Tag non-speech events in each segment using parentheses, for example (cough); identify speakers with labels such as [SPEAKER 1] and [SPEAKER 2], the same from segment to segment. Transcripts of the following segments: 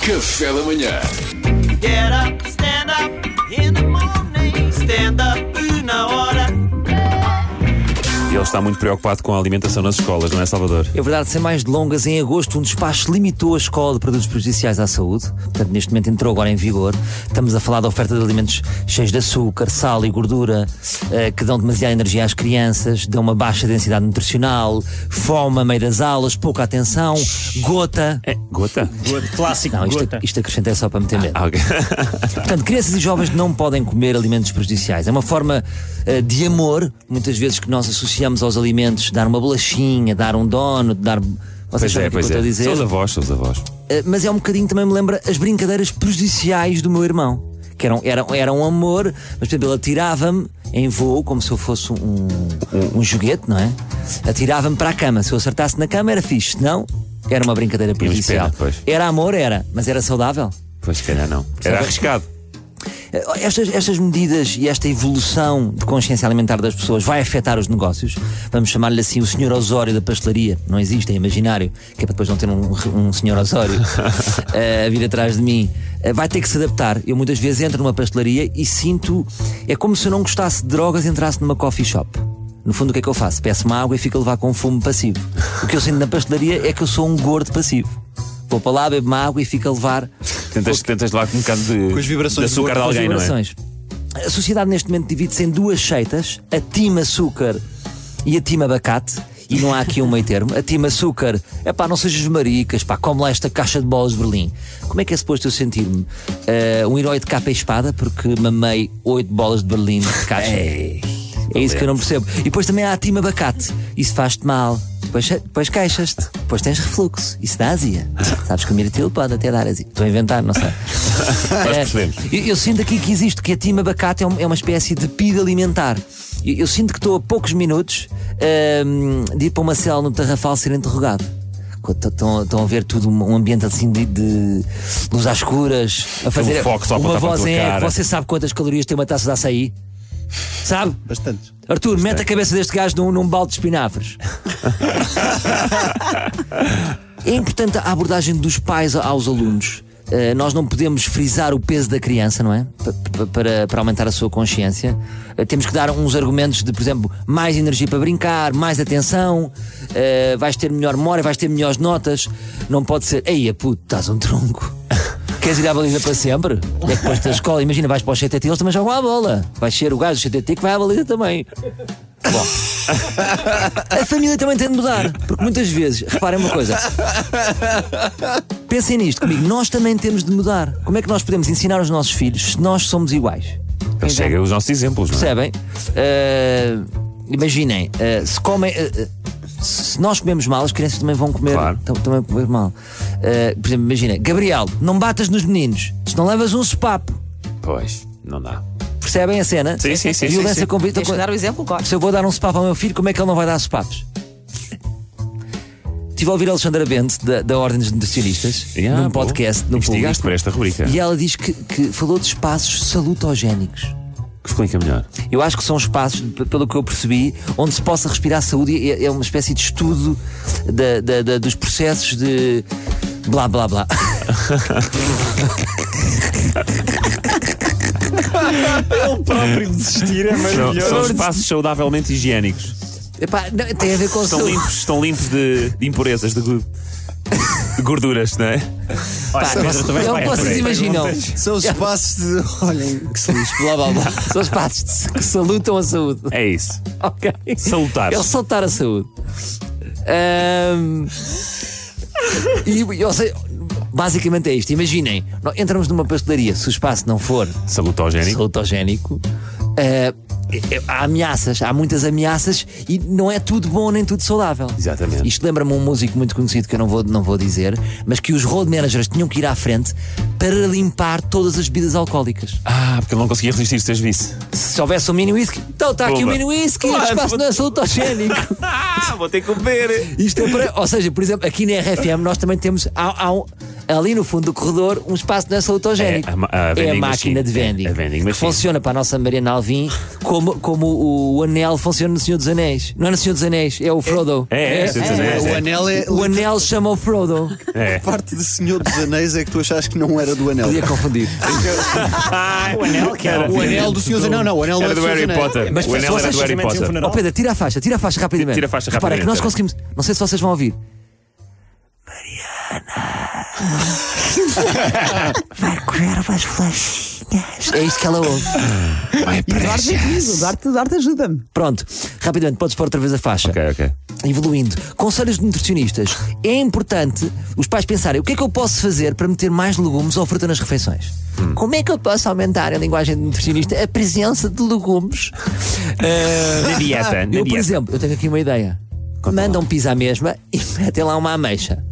[SPEAKER 1] Café da manhã.
[SPEAKER 2] Get up, stand up in the morning. Stand up na hora.
[SPEAKER 3] E ele está muito preocupado com a alimentação nas escolas, não é, Salvador?
[SPEAKER 4] É verdade, sem mais delongas, em agosto um despacho limitou a escola de produtos prejudiciais à saúde. Portanto, neste momento entrou agora em vigor. Estamos a falar da oferta de alimentos cheios de açúcar, sal e gordura, eh, que dão demasiada energia às crianças, dão uma baixa densidade nutricional, fome a meio das aulas, pouca atenção, gota.
[SPEAKER 3] É, assim, gota?
[SPEAKER 5] Clássico,
[SPEAKER 4] Não, isto,
[SPEAKER 5] gota.
[SPEAKER 4] isto acrescentei só para meter medo.
[SPEAKER 3] Ah, ok.
[SPEAKER 4] Portanto, crianças e jovens não podem comer alimentos prejudiciais. É uma forma eh, de amor, muitas vezes que nós associamos aos alimentos, dar uma bolachinha, dar um dono, dar.
[SPEAKER 3] (laughs) Pois
[SPEAKER 4] Vocês sabem
[SPEAKER 3] é,
[SPEAKER 4] o que eu
[SPEAKER 3] pois
[SPEAKER 4] estou a
[SPEAKER 3] é.
[SPEAKER 4] dizer?
[SPEAKER 3] Sou os avós, sou os avós.
[SPEAKER 4] Eh, mas é um bocadinho também me lembra as brincadeiras prejudiciais do meu irmão. Que eram, eram, eram um amor, mas por exemplo, ele atirava-me em voo, como se eu fosse um, um joguete, não é? Atirava-me para a cama. Se eu acertasse na cama era fixe, não? Era uma brincadeira prejudicial.
[SPEAKER 3] pena, pois.
[SPEAKER 4] Era amor, era, mas era saudável.
[SPEAKER 3] Pois, se calhar não. Era arriscado.
[SPEAKER 4] Eh, Estas, estas medidas e esta evolução de consciência alimentar das pessoas vai afetar os negócios. Vamos chamar-lhe assim o senhor Osório da pastelaria. Não existe, é imaginário, que é para depois não ter um, um senhor Osório eh, a vir atrás de mim. Eh, Vai ter que se adaptar. Eu muitas vezes entro numa pastelaria e sinto. É como se eu não gostasse de drogas e entrasse numa coffee shop. No fundo, o que é que eu faço? Peço uma água e fico a levar com um fumo passivo. O que eu sinto na pastelaria é que eu sou um gordo passivo. Vou para lá, bebo uma água e fico a levar
[SPEAKER 3] Tentas, tentas lá com um bocado de,
[SPEAKER 5] Com as vibrações
[SPEAKER 3] de açúcar de
[SPEAKER 5] do ar.
[SPEAKER 3] alguém, não é?
[SPEAKER 4] Vibrações. um A sociedade neste momento divide-se em duas seitas: a time açúcar e a time abacate. E não há aqui um meio termo. A time açúcar, é pá, não sejas maricas, pá, come lá esta caixa de bolas de Berlim. Como é que é suposto eu sentir-me? Eh, um herói de capa e espada, porque mamei oito bolas de Berlim de caixa. é isso que eu não percebo. E depois também há a time abacate. Isso faz-te mal. Depois, depois queixas-te. Depois tens refluxo. Isso
[SPEAKER 3] (laughs)
[SPEAKER 4] dá azia. Sabes que o mirtilo pode até dar azia. Estou a inventar, não sei.
[SPEAKER 3] Nós
[SPEAKER 4] É,
[SPEAKER 3] percebemos.
[SPEAKER 4] eu, eu sinto aqui que existe, que a tima abacate é, um- é uma espécie de pida alimentar. Eu, eu sinto que estou a poucos minutos hum, de ir para uma cela no Tarrafal ser interrogado. Quando t- Estão estão a ver tudo um um ambiente assim de, de luz às escuras, a fazer
[SPEAKER 3] um foco só a
[SPEAKER 4] uma
[SPEAKER 3] apontar para a
[SPEAKER 4] voz
[SPEAKER 3] tua
[SPEAKER 4] em eco.
[SPEAKER 3] cara.
[SPEAKER 4] Você sabe quantas calorias tem uma taça de açaí? Sabe?
[SPEAKER 5] Bastantes.
[SPEAKER 4] Arthur, mete a cabeça deste gajo num, num balde de espinafres. é importante a abordagem dos pais a- aos alunos. Eh, nós não podemos frisar o peso da criança, não é? Pa- pa- Para, para aumentar a sua consciência. Eh, temos que dar uns argumentos de, por exemplo, mais energia para brincar, mais atenção, eh, vais ter melhor memória, vais ter melhores notas. Não pode ser, ei, puto, estás um tronco. (laughs) Queres ir à baliza para sempre? É que depois da escola, imagina, vais para o CTT, eles também jogam à bola. Vais ser o gajo do CTT que vai à baliza também. Bom, a família também tem de mudar, porque muitas vezes, reparem uma coisa, pensem nisto comigo, nós também temos de mudar. Como é que nós podemos ensinar aos nossos filhos se nós somos iguais?
[SPEAKER 3] Eles chegam os nossos exemplos, não é?
[SPEAKER 4] Percebem? Ah, imaginem, ah, se comem. ah, ah, se nós comemos mal, as crianças também vão comer,
[SPEAKER 3] Claro.
[SPEAKER 4] tam- também vão comer mal. Ah, por exemplo, imagina, Gabriel, não batas nos meninos, se não levas um sopapo.
[SPEAKER 3] Pois, não dá.
[SPEAKER 4] Percebem a cena?
[SPEAKER 3] Sim, sim, sim,
[SPEAKER 4] Violência
[SPEAKER 3] sim, sim.
[SPEAKER 4] convite-
[SPEAKER 6] Tens que dar o exemplo, claro.
[SPEAKER 4] se eu vou dar um sopapo ao meu filho, como é que ele não vai dar sopapos? Estive a ouvir a Alexandra Bente, da, da Ordem dos Nutricionistas,
[SPEAKER 3] Ah,
[SPEAKER 4] num
[SPEAKER 3] boa.
[SPEAKER 4] podcast, no
[SPEAKER 3] Investigaste
[SPEAKER 4] público,
[SPEAKER 3] para esta rubrica.
[SPEAKER 4] e ela diz que, que falou de espaços salutogénicos.
[SPEAKER 3] Explica melhor.
[SPEAKER 4] Eu acho que são espaços, p- pelo que eu percebi, onde se possa respirar saúde. e É, é uma espécie de estudo da- da- da- dos processos de. blá blá blá.
[SPEAKER 5] Ele próprio desistir é
[SPEAKER 3] São,
[SPEAKER 5] maravilhoso.
[SPEAKER 3] são espaços saudavelmente higiênico.
[SPEAKER 4] Epá, não, tem a ver com
[SPEAKER 3] Estão
[SPEAKER 4] saúde.
[SPEAKER 3] limpos, estão limpos de, de impurezas, de, gu- de gorduras, não é?
[SPEAKER 4] Pá,
[SPEAKER 3] Pedro, também
[SPEAKER 4] é o
[SPEAKER 3] vai
[SPEAKER 4] que vocês
[SPEAKER 3] aprender.
[SPEAKER 4] imaginam.
[SPEAKER 5] São
[SPEAKER 4] (laughs)
[SPEAKER 5] os espaços de. Olhem, que se lixe.
[SPEAKER 4] Blá blá blá. São espaços de- que salutam a saúde. (laughs)
[SPEAKER 3] É isso.
[SPEAKER 4] Ok.
[SPEAKER 3] Salutar.
[SPEAKER 4] É o saltar a saúde. Ahm, e eu sei. Basicamente é isto. Imaginem, nós entramos numa pastelaria, se o espaço não for
[SPEAKER 3] Salutogénico.
[SPEAKER 4] salutogénico. eh, eh, há ameaças, há muitas ameaças e não é tudo bom nem tudo saudável.
[SPEAKER 3] Exatamente.
[SPEAKER 4] Isto lembra-me um músico muito conhecido que eu não vou, não vou dizer, mas que os road managers tinham que ir à frente para limpar todas as bebidas alcoólicas.
[SPEAKER 3] Ah, porque ele não conseguia resistir se tens vice.
[SPEAKER 4] Se houvesse um mini whisky, então está aqui o
[SPEAKER 3] Pumba.
[SPEAKER 4] mini whisky,
[SPEAKER 3] Claro,
[SPEAKER 4] o espaço não é saúde higiênico.
[SPEAKER 3] Ah, vou ter que comer.
[SPEAKER 4] Isto é para, ou seja, por exemplo, aqui na RFM nós também temos há- há um- ali no fundo do corredor um espaço de dança autogénico.
[SPEAKER 3] É, a ma- a vending
[SPEAKER 4] é a
[SPEAKER 3] machine.
[SPEAKER 4] máquina de vending.
[SPEAKER 3] É, a vending
[SPEAKER 4] que
[SPEAKER 3] machine.
[SPEAKER 4] funciona para a nossa Mariana Alvim como, como o, o anel funciona no Senhor dos Anéis. Não é no Senhor dos Anéis, é o Frodo.
[SPEAKER 3] É, é, Senhor dos Anéis,
[SPEAKER 5] O
[SPEAKER 3] é.
[SPEAKER 5] anel é.
[SPEAKER 4] O anel chama o Frodo.
[SPEAKER 3] É.
[SPEAKER 5] Parte do Senhor dos Anéis é que tu achaste que não era do anel.
[SPEAKER 4] Podia confundir.
[SPEAKER 3] o anel que Ah, era.
[SPEAKER 5] O anel do Senhor dos Anéis. Não, não, o anel
[SPEAKER 3] um Era
[SPEAKER 5] não
[SPEAKER 3] do
[SPEAKER 5] é
[SPEAKER 3] Harry Potter.
[SPEAKER 4] Mas
[SPEAKER 3] o anel era
[SPEAKER 4] vocês
[SPEAKER 3] do Harry
[SPEAKER 1] precisamente
[SPEAKER 3] Potter.
[SPEAKER 1] iam funerar.
[SPEAKER 4] Ó Pedro, tira a faixa, tira a faixa rapidamente.
[SPEAKER 3] Tira a faixa
[SPEAKER 4] Repara é
[SPEAKER 3] rapidamente,
[SPEAKER 4] que nós
[SPEAKER 3] espera.
[SPEAKER 4] conseguimos. Não sei se vocês vão ouvir. Mariana! Vai correr umas flechinhas. É isto que ela ouve.
[SPEAKER 6] Duarte é comigo, Duarte, Duarte ajuda-me.
[SPEAKER 4] Pronto, rapidamente, podes pôr outra vez a faixa.
[SPEAKER 3] Ok, ok.
[SPEAKER 4] Evoluindo. Conselhos de nutricionistas. É importante os pais pensarem o que é que eu posso fazer para meter mais legumes ou fruta nas refeições.
[SPEAKER 3] Hum.
[SPEAKER 4] Como é que eu posso aumentar, em linguagem de nutricionista, a presença
[SPEAKER 3] (laughs)
[SPEAKER 4] de legumes? Ah,
[SPEAKER 3] Na dieta, na
[SPEAKER 4] eu, por
[SPEAKER 3] dieta.
[SPEAKER 4] exemplo, eu tenho aqui uma ideia. Mandam um pizza à mesma (laughs) e metem lá uma ameixa.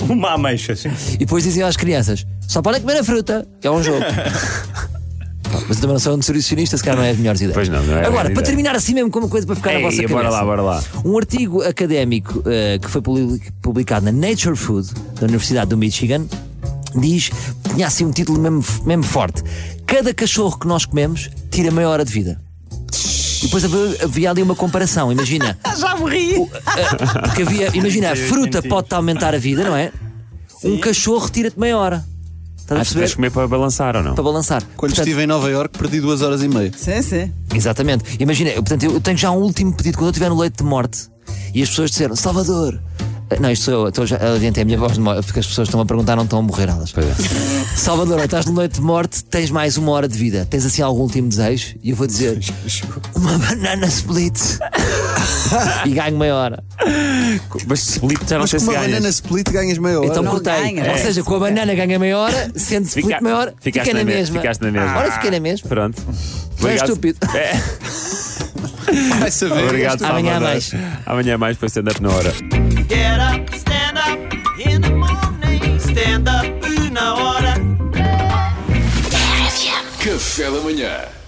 [SPEAKER 1] Uma ameixa, sim.
[SPEAKER 4] E depois dizem às crianças: só podem comer a fruta, que é um
[SPEAKER 3] (laughs)
[SPEAKER 4] jogo. Pá, Mas eu também não sou um nutricionista, se calhar não é as melhores ideias.
[SPEAKER 3] Pois não, não é a
[SPEAKER 4] Agora,
[SPEAKER 3] melhor
[SPEAKER 4] para
[SPEAKER 3] ideia.
[SPEAKER 4] terminar assim mesmo com uma coisa para ficar na
[SPEAKER 3] Ei,
[SPEAKER 4] vossa cabeça.
[SPEAKER 3] bora lá, bora lá.
[SPEAKER 4] Um artigo académico eh, que foi publi- publicado na Nature Food, da Universidade do Michigan, diz, tinha assim um título mesmo, mesmo forte: Cada cachorro que nós comemos tira meia hora de vida. E depois havia, havia ali uma comparação, imagina. eh,
[SPEAKER 6] Já morri.
[SPEAKER 4] Porque havia, imagina, a fruta pode-te aumentar a vida, não é? Um cachorro tira-te meia hora. Estás a
[SPEAKER 3] Acho que Ah, tens
[SPEAKER 4] perceber?
[SPEAKER 3] de comer para balançar ou não?
[SPEAKER 4] Para balançar.
[SPEAKER 5] Quando
[SPEAKER 4] Portanto,
[SPEAKER 5] estive em Nova Iorque perdi duas horas e meia.
[SPEAKER 6] Sim, sim.
[SPEAKER 4] Exatamente. Imagina, eu, portanto, eu eu tenho já um último pedido quando eu estiver no leito de morte e as pessoas disseram Salvador. Ah, Não, isto sou eu, estou já, adiantei a minha voz de morte, porque as pessoas estão a perguntar, não estão a morrer elas.
[SPEAKER 3] é.
[SPEAKER 4] (laughs) Salvador, olha, estás no leito de morte, tens mais uma hora de vida, tens assim algum último desejo? E eu vou dizer
[SPEAKER 3] (laughs)
[SPEAKER 4] uma banana split e ganho meia hora.
[SPEAKER 3] Mas split já não
[SPEAKER 5] Mas
[SPEAKER 3] sei Então se
[SPEAKER 5] com uma
[SPEAKER 3] ganhas.
[SPEAKER 5] banana split ganhas meia hora.
[SPEAKER 4] Então
[SPEAKER 5] Não,
[SPEAKER 4] cortei.
[SPEAKER 6] ganha,
[SPEAKER 4] Ou
[SPEAKER 6] é.
[SPEAKER 4] seja, com a banana ganha meia hora, sendo
[SPEAKER 3] né? Fica-
[SPEAKER 4] split meia hora,
[SPEAKER 3] ficaste
[SPEAKER 4] fiquei na,
[SPEAKER 3] na me-
[SPEAKER 4] mesma.
[SPEAKER 3] ficaste na mesma.
[SPEAKER 4] Ora, fiquei na mesma.
[SPEAKER 3] Pronto.
[SPEAKER 4] Tu és estúpido.
[SPEAKER 3] É.
[SPEAKER 5] Vai
[SPEAKER 3] (laughs)
[SPEAKER 5] saber.
[SPEAKER 3] Obrigado,
[SPEAKER 4] Amanhã
[SPEAKER 3] Salvador.
[SPEAKER 4] mais.
[SPEAKER 3] Amanhã mais para stand-up na hora.
[SPEAKER 2] Get up, stand up in the morning. Stand up, una hora.
[SPEAKER 7] Café da manhã.